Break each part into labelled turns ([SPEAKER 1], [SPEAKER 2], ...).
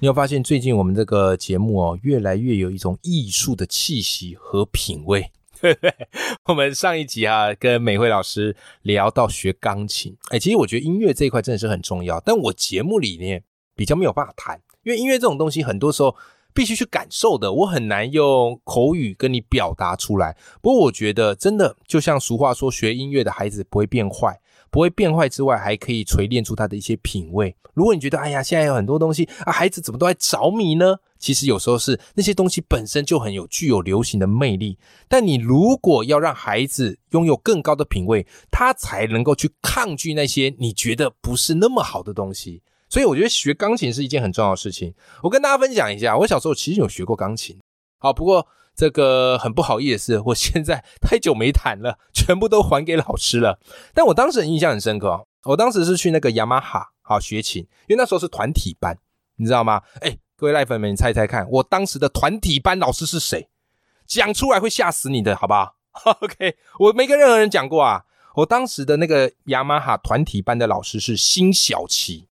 [SPEAKER 1] 你有发现最近我们这个节目哦，越来越有一种艺术的气息和品味，对不对？ 我们上一集啊，跟美惠老师聊到学钢琴，哎，其实我觉得音乐这一块真的是很重要，但我节目里面比较没有办法谈，因为音乐这种东西很多时候必须去感受的，我很难用口语跟你表达出来。不过我觉得真的就像俗话说，学音乐的孩子不会变坏。不会变坏之外，还可以锤炼出他的一些品味。如果你觉得，哎呀，现在有很多东西啊，孩子怎么都在着迷呢？其实有时候是那些东西本身就很有具有流行的魅力，但你如果要让孩子拥有更高的品味，他才能够去抗拒那些你觉得不是那么好的东西。所以我觉得学钢琴是一件很重要的事情。我跟大家分享一下，我小时候其实有学过钢琴，好，不过这个很不好意思，我现在太久没弹了，全部都还给老师了。但我当时印象很深刻哦，我当时是去那个雅马哈好学琴，因为那时候是团体班，你知道吗？哎，各位赖粉们，你猜猜看，我当时的团体班老师是谁？讲出来会吓死你的，好不好 ？OK，我没跟任何人讲过啊。我当时的那个雅马哈团体班的老师是辛晓琪，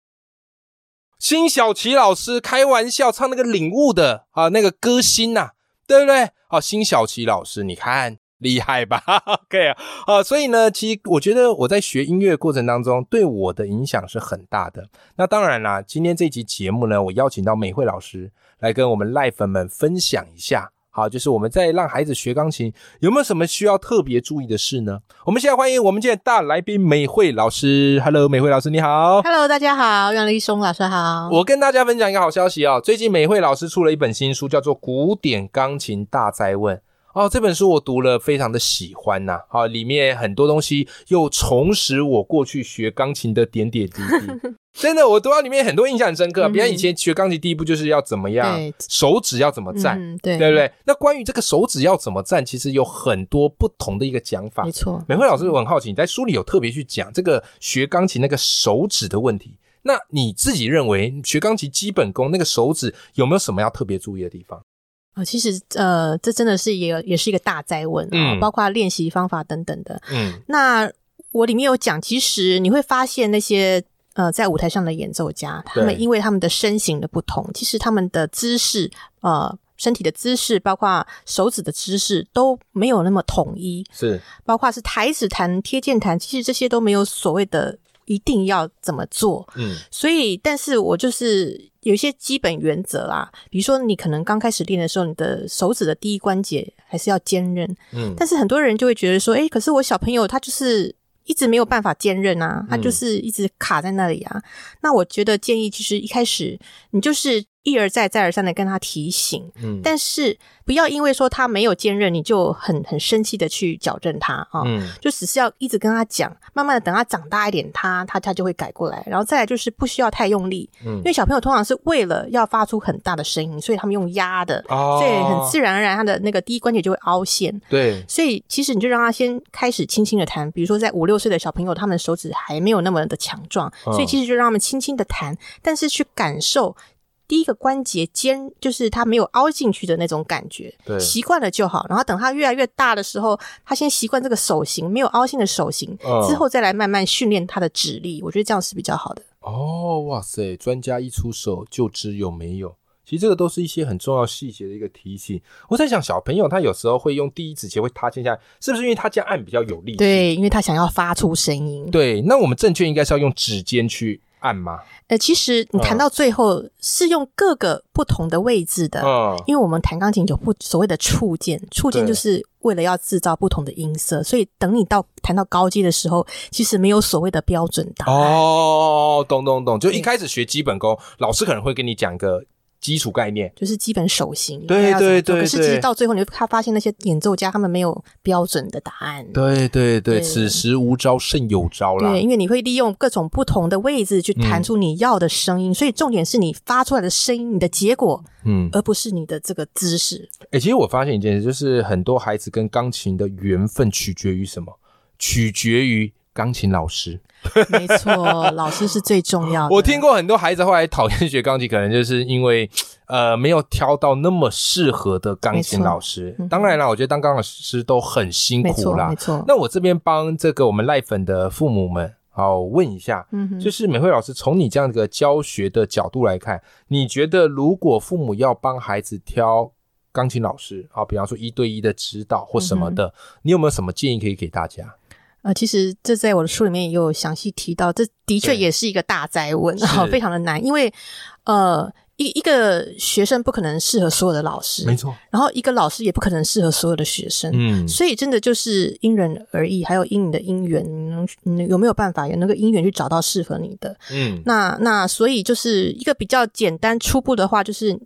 [SPEAKER 1] 辛晓琪老师开玩笑唱那个《领悟》的啊，那个歌星呐、对不对？好，辛晓琪老师，你看厉害吧 ？OK 啊，啊，所以呢，其实我觉得我在学音乐过程当中，对我的影响是很大的。那当然啦，今天这集节目呢，我邀请到美惠老师来跟我们赖粉们分享一下。好，就是我们在让孩子学钢琴，有没有什么需要特别注意的事呢？我们现在欢迎我们今天的大来宾美惠老师。Hello，美惠老师，你好。
[SPEAKER 2] Hello，大家好，杨立松老师好。
[SPEAKER 1] 我跟大家分享一个好消息哦，最近美惠老师出了一本新书，叫做《古典钢琴大灾问》。哦，这本书我读了，非常的喜欢呐、好、里面很多东西又重拾我过去学钢琴的点点滴 滴。真的，我读到里面很多印象很深刻。啊
[SPEAKER 2] 嗯哼
[SPEAKER 1] 比方以前学钢琴，第一步就是要怎么样
[SPEAKER 2] 对，
[SPEAKER 1] 手指要怎么站，
[SPEAKER 2] 嗯，对
[SPEAKER 1] 对不对？那关于这个手指要怎么站，其实有很多不同的一个讲法
[SPEAKER 2] 没。错。
[SPEAKER 1] 美惠老师，我很好奇，你在书里有特别去讲这个学钢琴那个手指的问题。那你自己认为学钢琴基本功那个手指有没有什么要特别注意的地方？
[SPEAKER 2] 呃，其实呃，这真的是也也是一个大灾问、哦，
[SPEAKER 1] 嗯
[SPEAKER 2] 包括练习方法等等的。
[SPEAKER 1] 嗯
[SPEAKER 2] 那我里面有讲，其实你会发现那些呃在舞台上的演奏家，他
[SPEAKER 1] 对
[SPEAKER 2] 们因为他们的身形的不同，其实他们的姿势呃。身体的姿势，包括手指的姿势，都没有那么统一。
[SPEAKER 1] 是
[SPEAKER 2] 包括是抬指弹、贴键弹，其实这些都没有所谓的一定要怎么做。
[SPEAKER 1] 嗯
[SPEAKER 2] 所以，但是我就是有一些基本原则啦，比如说你可能刚开始练的时候，你的手指的第一关节还是要坚韧，
[SPEAKER 1] 嗯
[SPEAKER 2] 但是很多人就会觉得说，诶，可是我小朋友他就是一直没有办法坚韧啊，他
[SPEAKER 1] 嗯
[SPEAKER 2] 就是一直卡在那里啊。那我觉得建议其实一开始你就是一而再再而三的跟他提醒，
[SPEAKER 1] 嗯
[SPEAKER 2] 但是不要因为说他没有坚韧，你就很很生气的去矫正他啊。
[SPEAKER 1] 嗯
[SPEAKER 2] 就只是要一直跟他讲，慢慢的等他长大一点，他他他就会改过来。然后再来就是不需要太用力，
[SPEAKER 1] 嗯
[SPEAKER 2] 因为小朋友通常是为了要发出很大的声音，所以他们用压的，
[SPEAKER 1] 哦
[SPEAKER 2] 所以很自然而然他的那个第一关节就会凹陷。
[SPEAKER 1] 对
[SPEAKER 2] 所以其实你就让他先开始轻轻的弹，比如说在五六岁的小朋友，他们手指还没有那么的强壮，
[SPEAKER 1] 嗯
[SPEAKER 2] 所以其实就让他们轻轻的弹，但是去感受。第一个关节尖，就是他没有凹进去的那种感觉，
[SPEAKER 1] 对
[SPEAKER 2] 习惯了就好。然后等他越来越大的时候，他先习惯这个手型，没有凹陷的手型，
[SPEAKER 1] 嗯
[SPEAKER 2] 之后再来慢慢训练他的指力。我觉得这样是比较好的。
[SPEAKER 1] 哦，哇塞，专家一出手就知有没有。其实这个都是一些很重要细节的一个提醒。我在想，小朋友他有时候会用第一指节会塌陷下来，是不是因为他这样按比较有力气？
[SPEAKER 2] 对，因为他想要发出声音。
[SPEAKER 1] 对，那我们正确应该是要用指尖去按吗？
[SPEAKER 2] 呃，其实你弹
[SPEAKER 1] 嗯
[SPEAKER 2] 到最后、是用各个不同的位置的，
[SPEAKER 1] 嗯，
[SPEAKER 2] 因为我们弹钢琴有不所谓的触键，触键
[SPEAKER 1] 对
[SPEAKER 2] 就是为了要制造不同的音色，所以等你到弹到高阶的时候，其实没有所谓的标准答案。
[SPEAKER 1] 哦，懂懂懂，就一
[SPEAKER 2] 对
[SPEAKER 1] 开始学基本功，老师可能会跟你讲个基础概念。
[SPEAKER 2] 就是基本手型，
[SPEAKER 1] 对
[SPEAKER 2] 应该要怎么做
[SPEAKER 1] 对对
[SPEAKER 2] 可是其
[SPEAKER 1] 对
[SPEAKER 2] 实到最后，你会发发现那些演奏家他们没有标准的答案。
[SPEAKER 1] 对对对，
[SPEAKER 2] 对
[SPEAKER 1] 此时无招胜有招啦
[SPEAKER 2] 对，。因为你会利用各种不同的位置去弹出你要的声音，所以重点是你发出来的声音，你的结果，
[SPEAKER 1] 嗯，
[SPEAKER 2] 而不是你的这个姿势。
[SPEAKER 1] 哎、其实我发现一件事，就是很多孩子跟钢琴的缘分取决于什么？取决于钢琴老师。
[SPEAKER 2] 没 错，老师是最重要的。
[SPEAKER 1] 我听过很多孩子后来讨厌学钢琴，可能就是因为呃没有挑到那么适合的钢琴
[SPEAKER 2] 没错
[SPEAKER 1] 老师。当然啦，我觉得当钢琴老师都很辛
[SPEAKER 2] 没
[SPEAKER 1] 苦
[SPEAKER 2] 错，
[SPEAKER 1] 啦
[SPEAKER 2] 没。错。
[SPEAKER 1] 那我这边帮这个我们赖粉的父母们，好问一下，
[SPEAKER 2] 嗯哼，
[SPEAKER 1] 就是美惠老师从你这样一个教学的角度来看，你觉得如果父母要帮孩子挑钢琴老师啊，比方说一对一的指导或什
[SPEAKER 2] 嗯
[SPEAKER 1] 么的，你有没有什么建议可以给大 家？
[SPEAKER 2] 呃，其实这在我的书里面也有详细提到，这的确
[SPEAKER 1] 对
[SPEAKER 2] 也是一个大灾问
[SPEAKER 1] 是
[SPEAKER 2] 啊、 非常的难，因为呃，一一个学生不可能适合所有的老师，
[SPEAKER 1] 错，
[SPEAKER 2] 然后一个老师也不可能适合所有的学生。
[SPEAKER 1] 嗯，
[SPEAKER 2] 所以真的就是因人而异，还有因你的因缘，你能你有没有办法有那个因缘去找到适合你的？
[SPEAKER 1] 嗯，
[SPEAKER 2] 那那所以就是一个比较简单初步的话，就是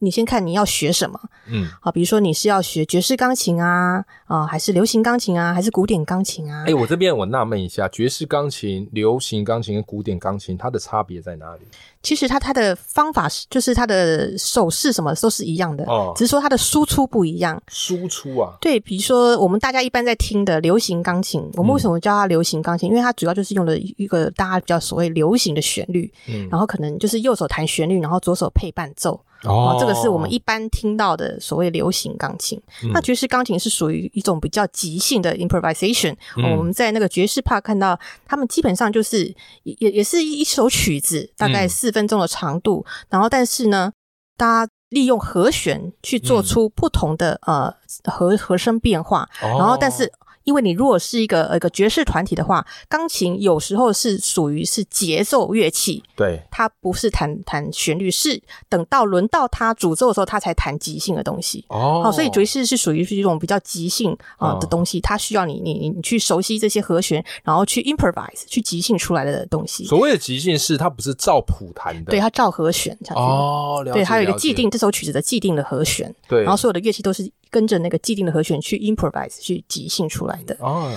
[SPEAKER 2] 你先看你要学什么
[SPEAKER 1] 嗯，
[SPEAKER 2] 啊，比如说你是要学爵士钢琴啊，啊，还是流行钢琴啊，还是古典钢琴啊
[SPEAKER 1] 哎、？我这边我纳闷一下，爵士钢琴、流行钢琴跟古典钢琴，它的差别在哪里？
[SPEAKER 2] 其实它它的方法是，就是它的手势什么都是一样的，
[SPEAKER 1] 哦
[SPEAKER 2] 只是说它的输出不一样。
[SPEAKER 1] 输出啊，
[SPEAKER 2] 对，比如说我们大家一般在听的流行钢琴，我们为什么叫它流行钢琴？因为它主要就是用了一个大家比较所谓流行的旋律，
[SPEAKER 1] 嗯，
[SPEAKER 2] 然后可能就是右手弹旋律，然后左手配伴奏。
[SPEAKER 1] 哦
[SPEAKER 2] 哦，这个是我们一般听到的所谓流行钢琴。
[SPEAKER 1] 嗯
[SPEAKER 2] 那爵士钢琴是属于一种比较即兴的 improvisation、哦
[SPEAKER 1] 嗯
[SPEAKER 2] 我们在那个爵士 part 看到，他们基本上就是也也也是一首曲子，大概
[SPEAKER 1] 嗯
[SPEAKER 2] 四分钟的长度，然后但是呢，大家。利用和弦去
[SPEAKER 1] 嗯
[SPEAKER 2] 做出不同的、呃和和声变化，
[SPEAKER 1] 哦
[SPEAKER 2] 然后但是因为你如果是一个呃一个爵士团体的话，钢琴有时候是属于是节奏乐器，
[SPEAKER 1] 对，
[SPEAKER 2] 他不是弹弹旋律，是等到轮到他主奏的时候，他才弹即兴的东西。
[SPEAKER 1] 哦，
[SPEAKER 2] 好、所以爵士是属于是一种比较即兴啊、
[SPEAKER 1] 哦
[SPEAKER 2] 的东西，它需要你你你你去熟悉这些和弦，然后去 improvise 去即兴出来的东西。
[SPEAKER 1] 所谓的即兴是它不是照谱弹的，
[SPEAKER 2] 对，它照和弦下去。
[SPEAKER 1] 哦，了解，
[SPEAKER 2] 对，它有一个
[SPEAKER 1] 了
[SPEAKER 2] 既
[SPEAKER 1] 解
[SPEAKER 2] 定，这首曲子的既定的和弦，
[SPEAKER 1] 对，
[SPEAKER 2] 然后所有的乐器都是跟着那个既定的和弦去 improvise 去即兴出来的。
[SPEAKER 1] 哦，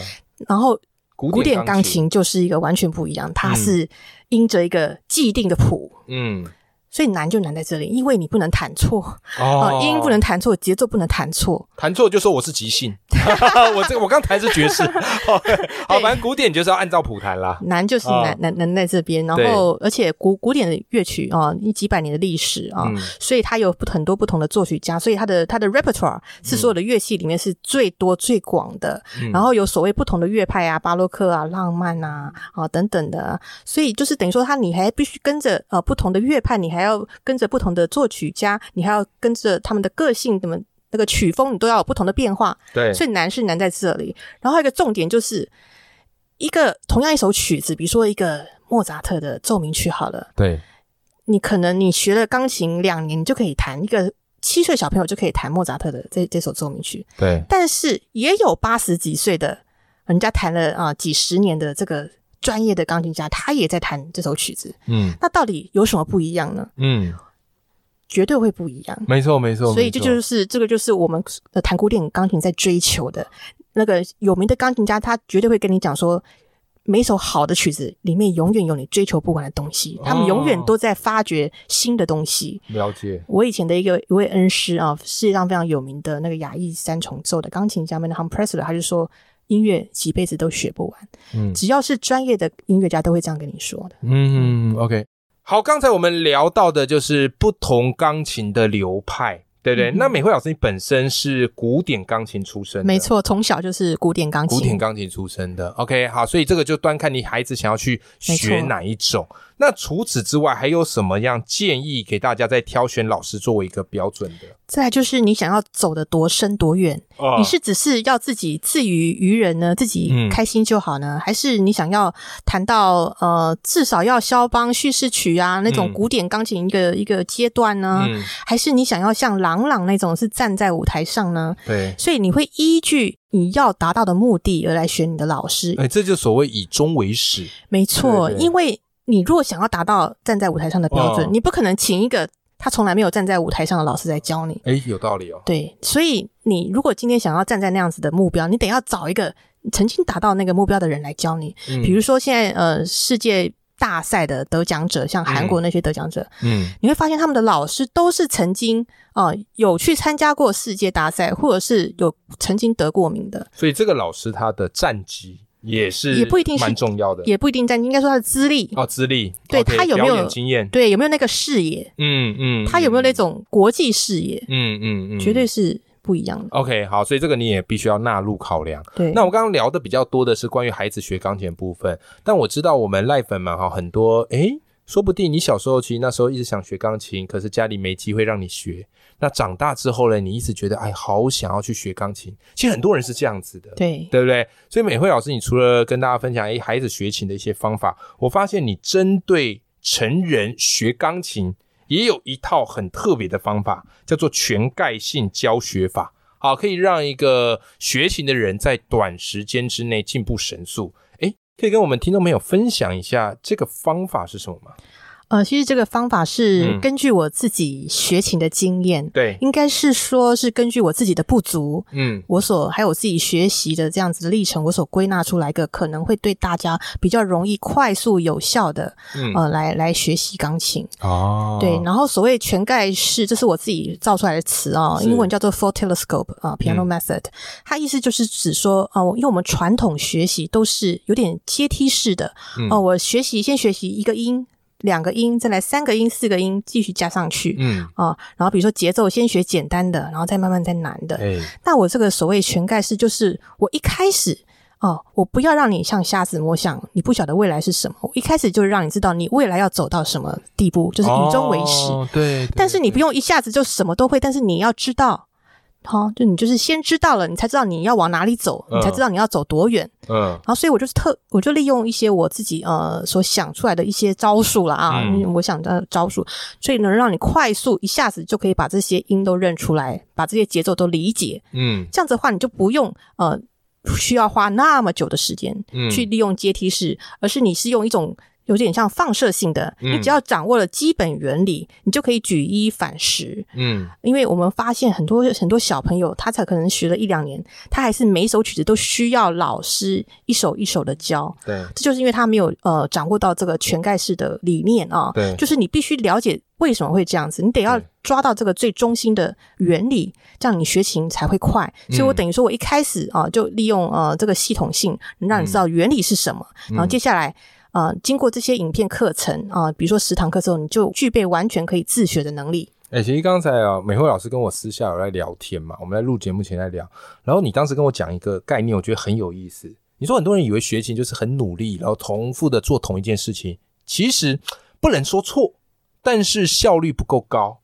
[SPEAKER 2] 然后
[SPEAKER 1] 古
[SPEAKER 2] 古典
[SPEAKER 1] 典
[SPEAKER 2] 钢
[SPEAKER 1] 琴，
[SPEAKER 2] 琴就是一个完全不一样，它
[SPEAKER 1] 嗯
[SPEAKER 2] 是因着一个既定的谱，
[SPEAKER 1] 嗯，
[SPEAKER 2] 所以难就难在这里，因为你不能弹错。
[SPEAKER 1] 哦
[SPEAKER 2] 哦，，音不能弹错，节奏不能弹错。
[SPEAKER 1] 弹错就说我是即 兴，我这个我刚弹是爵士，好好，反正古典就是要按照谱弹啦。
[SPEAKER 2] 难就是
[SPEAKER 1] 哦
[SPEAKER 2] 难难难在这边，然
[SPEAKER 1] 对
[SPEAKER 2] 后而且古古典的乐曲啊，一几百年的历史啊，
[SPEAKER 1] 嗯
[SPEAKER 2] 所以它有不很多不同的作曲家，所以它的它的 repertoire 是所有的乐器里面是最多最广的，
[SPEAKER 1] 嗯
[SPEAKER 2] 然后有所谓不同的乐派啊，巴洛克啊、浪漫啊啊等等的，所以就是等于说它你还必须跟着呃不同的乐派，你还要跟着不同的作曲家，你还要跟着他们的个性怎么。那个曲风你都要有不同的变化，
[SPEAKER 1] 对，
[SPEAKER 2] 所以难是难在这里。然后还有一个重点就是，一个同样一首曲子，比如说一个莫扎特的奏鸣曲好了，
[SPEAKER 1] 对，
[SPEAKER 2] 你可能你学了钢琴两年，你就可以弹一个七岁小朋友就可以弹莫扎特的这这首奏鸣曲，
[SPEAKER 1] 对，
[SPEAKER 2] 但是也有八十几岁的人家弹了啊、几十年的这个专业的钢琴家，他也在弹这首曲子，
[SPEAKER 1] 嗯
[SPEAKER 2] 那到底有什么不一样呢？
[SPEAKER 1] 嗯，
[SPEAKER 2] 绝对会不一样。
[SPEAKER 1] 没错没错，
[SPEAKER 2] 所以这
[SPEAKER 1] 没错
[SPEAKER 2] 就是这个就是我们呃弹古典钢琴在追求的。那个有名的钢琴家，他绝对会跟你讲说，每首好的曲子里面永远有你追求不完的东西，他们永远
[SPEAKER 1] 哦
[SPEAKER 2] 都在发掘新的东西。
[SPEAKER 1] 了解，
[SPEAKER 2] 我以前的一个一位恩师啊，世界上非常有名的那个亚裔三重奏的钢琴家 m a n h a m Pressler，他就说，音乐几辈子都学不完，
[SPEAKER 1] 嗯
[SPEAKER 2] 只要是专业的音乐家都会这样跟你说的。
[SPEAKER 1] 嗯，OK。好，刚才我们聊到的就是不同钢琴的流派，对不对？
[SPEAKER 2] 嗯哼
[SPEAKER 1] 那美惠老师，你本身是古典钢琴出身，
[SPEAKER 2] 没。错，从小就是古典钢琴，
[SPEAKER 1] 古典钢琴出身的。OK，好，所以这个就端看你孩子想要去学
[SPEAKER 2] 没错
[SPEAKER 1] 哪一种。那除此之外，还有什么样建议给大家在挑选老师作为一个标准的？
[SPEAKER 2] 再来就是你想要走的多深多远，
[SPEAKER 1] 哦
[SPEAKER 2] 你是只是要自己自娱于人呢，自己
[SPEAKER 1] 嗯
[SPEAKER 2] 开心就好呢，还是你想要谈到呃，至少要肖邦叙事曲啊那种
[SPEAKER 1] 嗯
[SPEAKER 2] 古典钢琴一个、一个阶段呢？
[SPEAKER 1] 嗯，
[SPEAKER 2] 还是你想要像郎朗那种是站在舞台上呢？
[SPEAKER 1] 对，
[SPEAKER 2] 所以你会依据你要达到的目的而来选你的老师，
[SPEAKER 1] 哎，这就所谓以终为始。
[SPEAKER 2] 没错，
[SPEAKER 1] 对对
[SPEAKER 2] 因为你如果想要达到站在舞台上的标准，
[SPEAKER 1] 哦
[SPEAKER 2] 你不可能请一个。他从来没有站在舞台上的老师在教你。
[SPEAKER 1] 哎，有道理哦。
[SPEAKER 2] 对，所以你如果今天想要站在那样子的目标，你得要找一个曾经达到那个目标的人来教你。
[SPEAKER 1] 嗯
[SPEAKER 2] 比如说现在呃世界大赛的得奖者，像韩国那些得奖者，
[SPEAKER 1] 嗯
[SPEAKER 2] 你会发现他们的老师都是曾经啊、呃有去参加过世界大赛，或者是有曾经得过名的，
[SPEAKER 1] 所以这个老师他的战绩也是
[SPEAKER 2] 也不一定是
[SPEAKER 1] 蛮重要的
[SPEAKER 2] 也不一定在应该说他的资历，
[SPEAKER 1] 哦，资历
[SPEAKER 2] 对
[SPEAKER 1] OK，
[SPEAKER 2] 他有没有
[SPEAKER 1] 表演经验？
[SPEAKER 2] 对有没有那个视野，
[SPEAKER 1] 嗯嗯，
[SPEAKER 2] 他有没有那种国际视野，
[SPEAKER 1] 嗯嗯嗯，
[SPEAKER 2] 绝对是不一样的。
[SPEAKER 1] OK 好，所以这个你也必须要纳入考量。
[SPEAKER 2] 对，
[SPEAKER 1] 那我刚刚聊的比较多的是关于孩子学钢琴的部分，但我知道我们赖粉们哈很多，诶，说不定你小时候其实那时候一直想学钢琴，可是家里没机会让你学。那长大之后呢，你一直觉得哎，好想要去学钢琴。其实很多人是这样子的，
[SPEAKER 2] 对
[SPEAKER 1] 对不对？所以美惠老师，你除了跟大家分享诶孩子学琴的一些方法，我发现你针对成人学钢琴也有一套很特别的方法，叫做全盖性教学法。好，可以让一个学琴的人在短时间之内进步神速。诶，可以跟我们听众朋友分享一下这个方法是什么吗？
[SPEAKER 2] 呃，其实这个方法是
[SPEAKER 1] 嗯
[SPEAKER 2] 根据我自己学琴的经验，
[SPEAKER 1] 对，
[SPEAKER 2] 应该是说是根据我自己的不足，
[SPEAKER 1] 嗯
[SPEAKER 2] 我所还有我自己学习的这样子的历程，我所归纳出来一个可能会对大家比较容易、快速、有效的
[SPEAKER 1] 嗯，
[SPEAKER 2] 呃来来学习钢琴。
[SPEAKER 1] 哦
[SPEAKER 2] 对，然后所谓全盖式，这是我自己造出来的词啊、
[SPEAKER 1] 是
[SPEAKER 2] 英文叫做 full telescope 啊、p i a n o
[SPEAKER 1] 嗯
[SPEAKER 2] method，、它意思就是指说，啊，因为我们传统学习都是有点阶梯式的，哦、
[SPEAKER 1] 嗯
[SPEAKER 2] 我学习先学习一个音，两个音，再来三个音、四个音，继续加上去。
[SPEAKER 1] 嗯，
[SPEAKER 2] 啊、然后比如说节奏，先学简单的，然后再慢慢再难的。
[SPEAKER 1] 哎，
[SPEAKER 2] 那我这个所谓全盖式，就是我一开始哦，我不要让你像瞎子摸象，你不晓得未来是什么。我一开始就让你知道你未来要走到什么地步，就是以终为始。
[SPEAKER 1] 哦对，对
[SPEAKER 2] 但是你不用一下子就什么都会，但是你要知道，好、就你就是先知道了，你才知道你要往哪里走，
[SPEAKER 1] 嗯
[SPEAKER 2] 你才知道你要走多远。
[SPEAKER 1] 嗯
[SPEAKER 2] 然后，所以我就是特，我就利用一些我自己呃所想出来的一些招数啦啊，
[SPEAKER 1] 嗯
[SPEAKER 2] 嗯我想的招数，所以能让你快速一下子就可以把这些音都认出来，把这些节奏都理解。
[SPEAKER 1] 嗯
[SPEAKER 2] 这样子的话，你就不用呃需要花那么久的时间
[SPEAKER 1] 嗯
[SPEAKER 2] 去利用阶梯式，而是你是用一种有点像放射性的，
[SPEAKER 1] 嗯
[SPEAKER 2] 你只要掌握了基本原理，你就可以举一反十。
[SPEAKER 1] 嗯，
[SPEAKER 2] 因为我们发现很多很多小朋友，他才可能学了一两年，他还是每一首曲子都需要老师一首一首的教。
[SPEAKER 1] 对，
[SPEAKER 2] 这就是因为他没有呃掌握到这个全盖式的理念啊、
[SPEAKER 1] 对
[SPEAKER 2] 就是你必须了解为什么会这样子，你得要
[SPEAKER 1] 对
[SPEAKER 2] 抓到这个最中心的原理，这样你学琴才会快。所以我
[SPEAKER 1] 嗯
[SPEAKER 2] 等于说我一开始啊、就利用呃这个系统性，能让你
[SPEAKER 1] 嗯
[SPEAKER 2] 知道原理是什么，然后接下来。呃，经过这些影片课程啊、比如说十堂课之后，你就具备完全可以自学的能力。
[SPEAKER 1] 哎、其实刚才啊，美惠老师跟我私下有在聊天嘛，我们在录节目前在聊，然后你当时跟我讲一个概念，我觉得很有意思。你说很多人以为学琴就是很努力，然后重复的做同一件事情，其实不能说错，但是效率不够高。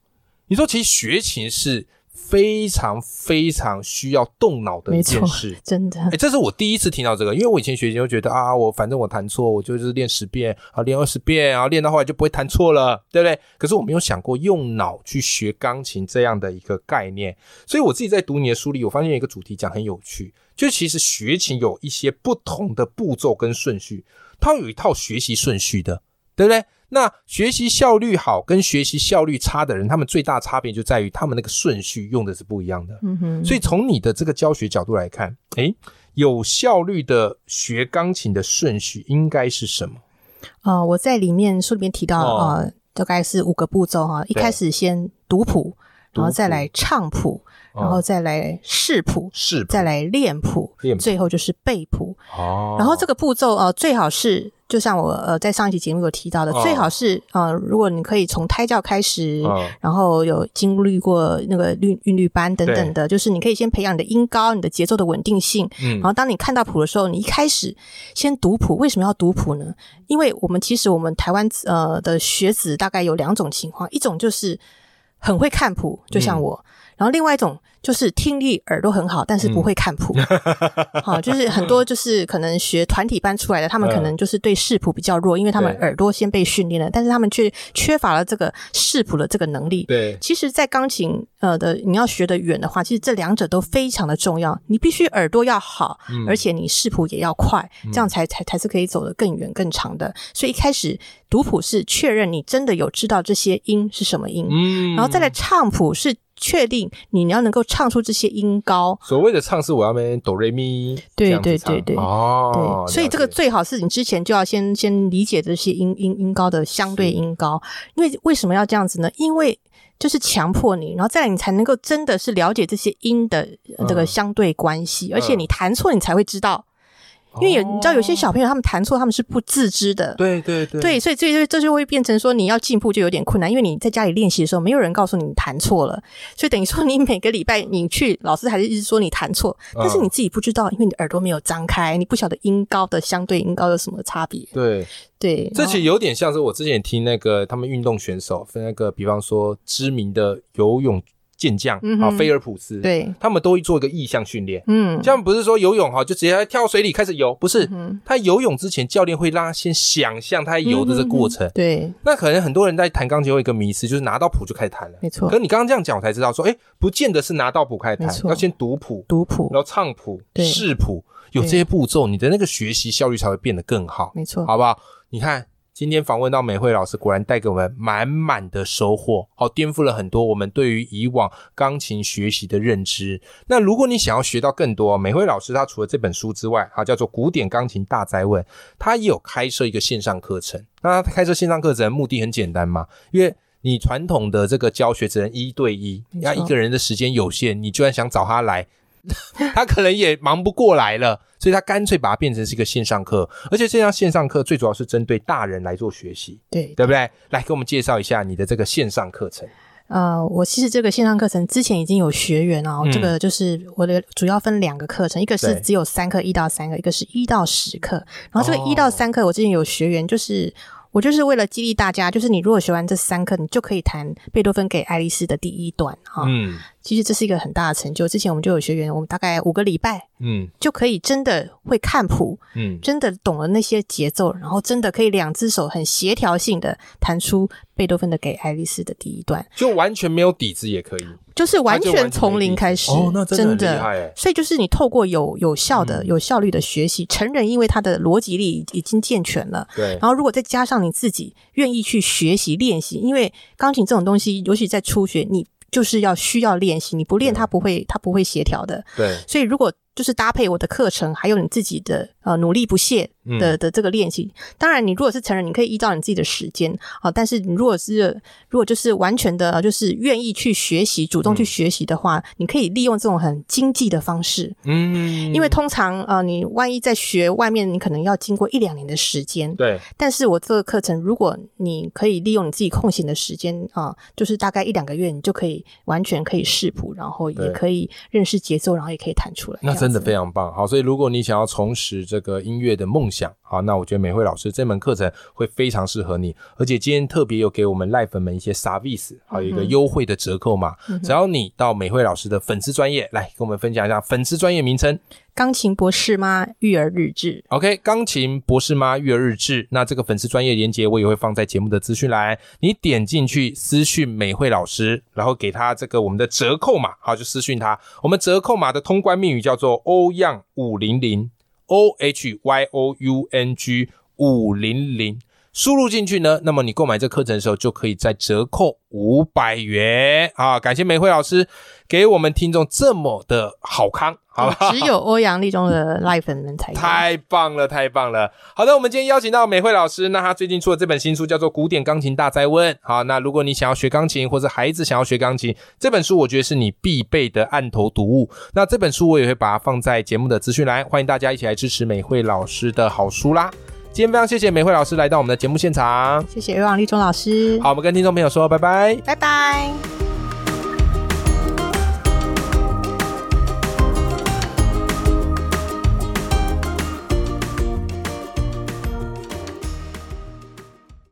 [SPEAKER 1] 你说其实学琴是非常非常需要动脑的一
[SPEAKER 2] 没错
[SPEAKER 1] 件事，
[SPEAKER 2] 真的
[SPEAKER 1] 哎、，这是我第一次听到这个，因为我以前学琴就觉得啊，我反正我弹错，我就是练十遍啊，练二十遍，然后练到后来就不会弹错了，对不对？可是我没有想过用脑去学钢琴这样的一个概念，所以我自己在读你的书里，我发现有一个主题讲很有趣，就其实学琴有一些不同的步骤跟顺序，它有一套学习顺序的，对不对？那学习效率好跟学习效率差的人，他们最大差别就在于他们那个顺序用的是不一样的。
[SPEAKER 2] 嗯哼，
[SPEAKER 1] 所以从你的这个教学角度来看，诶，有效率的学钢琴的顺序应该是什么？
[SPEAKER 2] 呃，我在里面书里面提到，
[SPEAKER 1] 哦
[SPEAKER 2] 呃，大概是五个步骤哈。一
[SPEAKER 1] 对
[SPEAKER 2] 开始先读谱，然后
[SPEAKER 1] 读
[SPEAKER 2] 再
[SPEAKER 1] 谱
[SPEAKER 2] 来唱谱，然后
[SPEAKER 1] 哦
[SPEAKER 2] 再来试谱，
[SPEAKER 1] 是
[SPEAKER 2] 再来练谱，
[SPEAKER 1] 练谱
[SPEAKER 2] 最后就是背谱。
[SPEAKER 1] 哦，
[SPEAKER 2] 然后这个步骤呃，最好是就像我呃在上一期节目有提到的，
[SPEAKER 1] 哦
[SPEAKER 2] 最好是呃，如果你可以从胎教开始。
[SPEAKER 1] 嗯
[SPEAKER 2] 然后有经历过那个韵韵律班等等的，就是你可以先培养你的音高、你的节奏的稳定性，
[SPEAKER 1] 嗯
[SPEAKER 2] 然后当你看到谱的时候，你一开始先读谱，为什么要读谱呢？因为我们其实我们台湾
[SPEAKER 1] 嗯
[SPEAKER 2] 呃的学子大概有两种情况，一种就是很会看谱，就像我，然后另外一种就是听力耳朵很好，但是不
[SPEAKER 1] 嗯
[SPEAKER 2] 会 看谱。好、就是很多就是可能学团体班出来的，他们可能就是对视谱比较弱，因为他们
[SPEAKER 1] 嗯对
[SPEAKER 2] 耳朵先被训练了，但是他们却缺乏了这个视谱的这个能力。
[SPEAKER 1] 对，
[SPEAKER 2] 其实，在钢琴呃的你要学得远的话，其实这两者都非常的重要。你必须耳朵要好，而且你视谱也要快，这样才才才是可以走得更远更长的。所以一开始读谱是确认你真的有知道这些音是什么音，
[SPEAKER 1] 嗯
[SPEAKER 2] 然后再来唱谱是确定你要能够唱出这些音高。
[SPEAKER 1] 所谓的唱是我要边哆瑞咪，
[SPEAKER 2] 对
[SPEAKER 1] 这样子
[SPEAKER 2] 对
[SPEAKER 1] 唱
[SPEAKER 2] 对对
[SPEAKER 1] 哦，
[SPEAKER 2] 对，所以
[SPEAKER 1] 了
[SPEAKER 2] 这个
[SPEAKER 1] 解
[SPEAKER 2] 最好是你之前就要先先理解这些音音音高的相对音高，因为为什么要这样子呢？因为就是强迫你，然后再来你才能够真的是了解这些音的呃这个
[SPEAKER 1] 嗯
[SPEAKER 2] 相对关系，而且
[SPEAKER 1] 嗯
[SPEAKER 2] 你弹错你才会知道，因为有你知道有些小
[SPEAKER 1] 哦
[SPEAKER 2] 朋友他们弹错他们是不自知的，
[SPEAKER 1] 对对对
[SPEAKER 2] 对，所以这就这就会变成说，你要进步就有点困难，因为你在家里练习的时候，没有人告诉你你弹错了，所以等于说你每个礼拜你去，老师还是一直说你弹错，但是
[SPEAKER 1] 嗯
[SPEAKER 2] 你自己不知道，因为你的耳朵没有张开，你不晓得音高的相对音高有什么差别。
[SPEAKER 1] 对，
[SPEAKER 2] 对，
[SPEAKER 1] 这
[SPEAKER 2] 然后
[SPEAKER 1] 其实有点像是我之前听那个他们运动选手，分那个比方说知名的游泳健将
[SPEAKER 2] 嗯
[SPEAKER 1] 啊
[SPEAKER 2] 哼
[SPEAKER 1] 菲尔普斯，，
[SPEAKER 2] 对，
[SPEAKER 1] 他们都会做一个意向训练。
[SPEAKER 2] 嗯，
[SPEAKER 1] 这样不是说游泳哈，就直接跳水里开始游，不是。他游泳之前，教练会让他先想象他游的这过
[SPEAKER 2] 嗯
[SPEAKER 1] 程。
[SPEAKER 2] 对，
[SPEAKER 1] 那可能很多人在弹钢琴会有一个迷思，就是拿到谱就开始弹了。
[SPEAKER 2] 没错
[SPEAKER 1] 可是你刚刚这样讲，我才知道说，哎，不见得是拿到谱开始弹
[SPEAKER 2] 哦没，错
[SPEAKER 1] 要先读谱，
[SPEAKER 2] 读谱
[SPEAKER 1] 然后唱谱、
[SPEAKER 2] 对
[SPEAKER 1] 视谱，有这些步骤，你的那个学习效率才会变得更好。
[SPEAKER 2] 没错，
[SPEAKER 1] 好不好？你看今天访问到美惠老师，果然带给我们满满的收获，好颠覆了很多我们对于以往钢琴学习的认知。那如果你想要学到更多，美惠老师她除了这本书之外，哈，叫做《古典钢琴大灾问》，她也有开设一个线上课程。那她开设线上课程的目的很简单嘛，因为你传统的这个教学只能一对一，
[SPEAKER 2] 没
[SPEAKER 1] 那
[SPEAKER 2] 错
[SPEAKER 1] 一个人的时间有限，你居然想找他来， 他可能也忙不过来了，所以他干脆把它变成是一个线上课，而且这样线上课最主要是针对大人来做学习，
[SPEAKER 2] 对，
[SPEAKER 1] 对不对？来给我们介绍一下你的这个线上课程。
[SPEAKER 2] 呃，我其实这个线上课程之前已经有学员哦，
[SPEAKER 1] 嗯
[SPEAKER 2] 这个就是我的主要分两个课程，一个是
[SPEAKER 1] 对
[SPEAKER 2] 只有三课一到三课，一个是一到十课。然后这个
[SPEAKER 1] 哦
[SPEAKER 2] 一到三课，我之前有学员就是。我就是为了激励大家，就是你如果学完这三课，你就可以弹贝多芬给爱丽丝的第一段哈、
[SPEAKER 1] 嗯
[SPEAKER 2] 其实这是一个很大的成就。之前我们就有学员，我们大概五个礼拜
[SPEAKER 1] 嗯
[SPEAKER 2] 就可以真的会看谱，
[SPEAKER 1] 嗯，
[SPEAKER 2] 真的懂了那些节奏，然后真的可以两只手很协调性的弹出贝多芬的给爱丽丝的第一段。
[SPEAKER 1] 就完全没有底子也可以，
[SPEAKER 2] 就是完全从零开始，
[SPEAKER 1] 哦，那真的很
[SPEAKER 2] 真
[SPEAKER 1] 厉害嗯哎。
[SPEAKER 2] 所以就是你透过有有效的、有效率的学习，成人因为他的逻辑力已已经健全了，
[SPEAKER 1] 对
[SPEAKER 2] 然，后如果再加上你自己愿意去学习练习，因为钢琴这种东西，尤其在初学，你就是要需要练习，你不练
[SPEAKER 1] 对
[SPEAKER 2] 它不会它不会协调的。
[SPEAKER 1] 对，
[SPEAKER 2] 所以如果就是搭配我的课程，还有你自己的呃努力不懈
[SPEAKER 1] 嗯
[SPEAKER 2] 的的这个练习，当然你如果是成人，你可以依照你自己的时间啊、但是你如果是如果就是完全的，呃就是愿意去学习、
[SPEAKER 1] 嗯
[SPEAKER 2] 主动去学习的话，你可以利用这种很经济的方式，
[SPEAKER 1] 嗯
[SPEAKER 2] 因为通常呃，你万一在学外面，你可能要经过一两年的时间，
[SPEAKER 1] 对
[SPEAKER 2] 但是我这个课程，如果你可以利用你自己空闲的时间啊、就是大概一两个月，你就可以完全可以视谱，然后
[SPEAKER 1] 对
[SPEAKER 2] 也可以认识节奏，然后也可以弹出来。
[SPEAKER 1] 那真的非
[SPEAKER 2] 常
[SPEAKER 1] 常棒，好，所以如果你想要重拾这个音乐的梦想，好，那我觉得美惠老师这门课程会非常适合你，而且今天特别有给我们赖粉们一些 service，好有一个优惠的折扣码，只要你到美惠老师的粉丝专业来跟我们分享一下粉丝专业名称
[SPEAKER 2] 钢琴博士吗？育儿日志，
[SPEAKER 1] ，OK，钢琴博士妈育儿日志，那这个粉丝专业连接我也会放在节目的资讯栏，你点进去私讯美惠老师，然后给他这个我们的折扣码，好，就私讯他，我们折扣码的通关密语叫做欧样五零零。O H Y O U N G 五零零，输入进去呢，那么你购买这课程的时候就可以再折扣五百元啊！感谢美惠老师给我们听众这么的好康，好不好？
[SPEAKER 2] 只有欧阳立中的 live 粉们才有。
[SPEAKER 1] 太棒了，太棒了！好的，我们今天邀请到美惠老师，那她最近出了这本新书，叫做《古典钢琴大灾问》。好，那如果你想要学钢琴，或者孩子想要学钢琴，这本书我觉得是你必备的案头读物。那这本书我也会把它放在节目的资讯栏，欢迎大家一起来支持美惠老师的好书啦！今天非常谢谢美惠老师来到我们的节目现场。
[SPEAKER 2] 谢谢欧阳立中老师，
[SPEAKER 1] 好，我们跟听众朋友说拜拜。
[SPEAKER 2] 拜拜。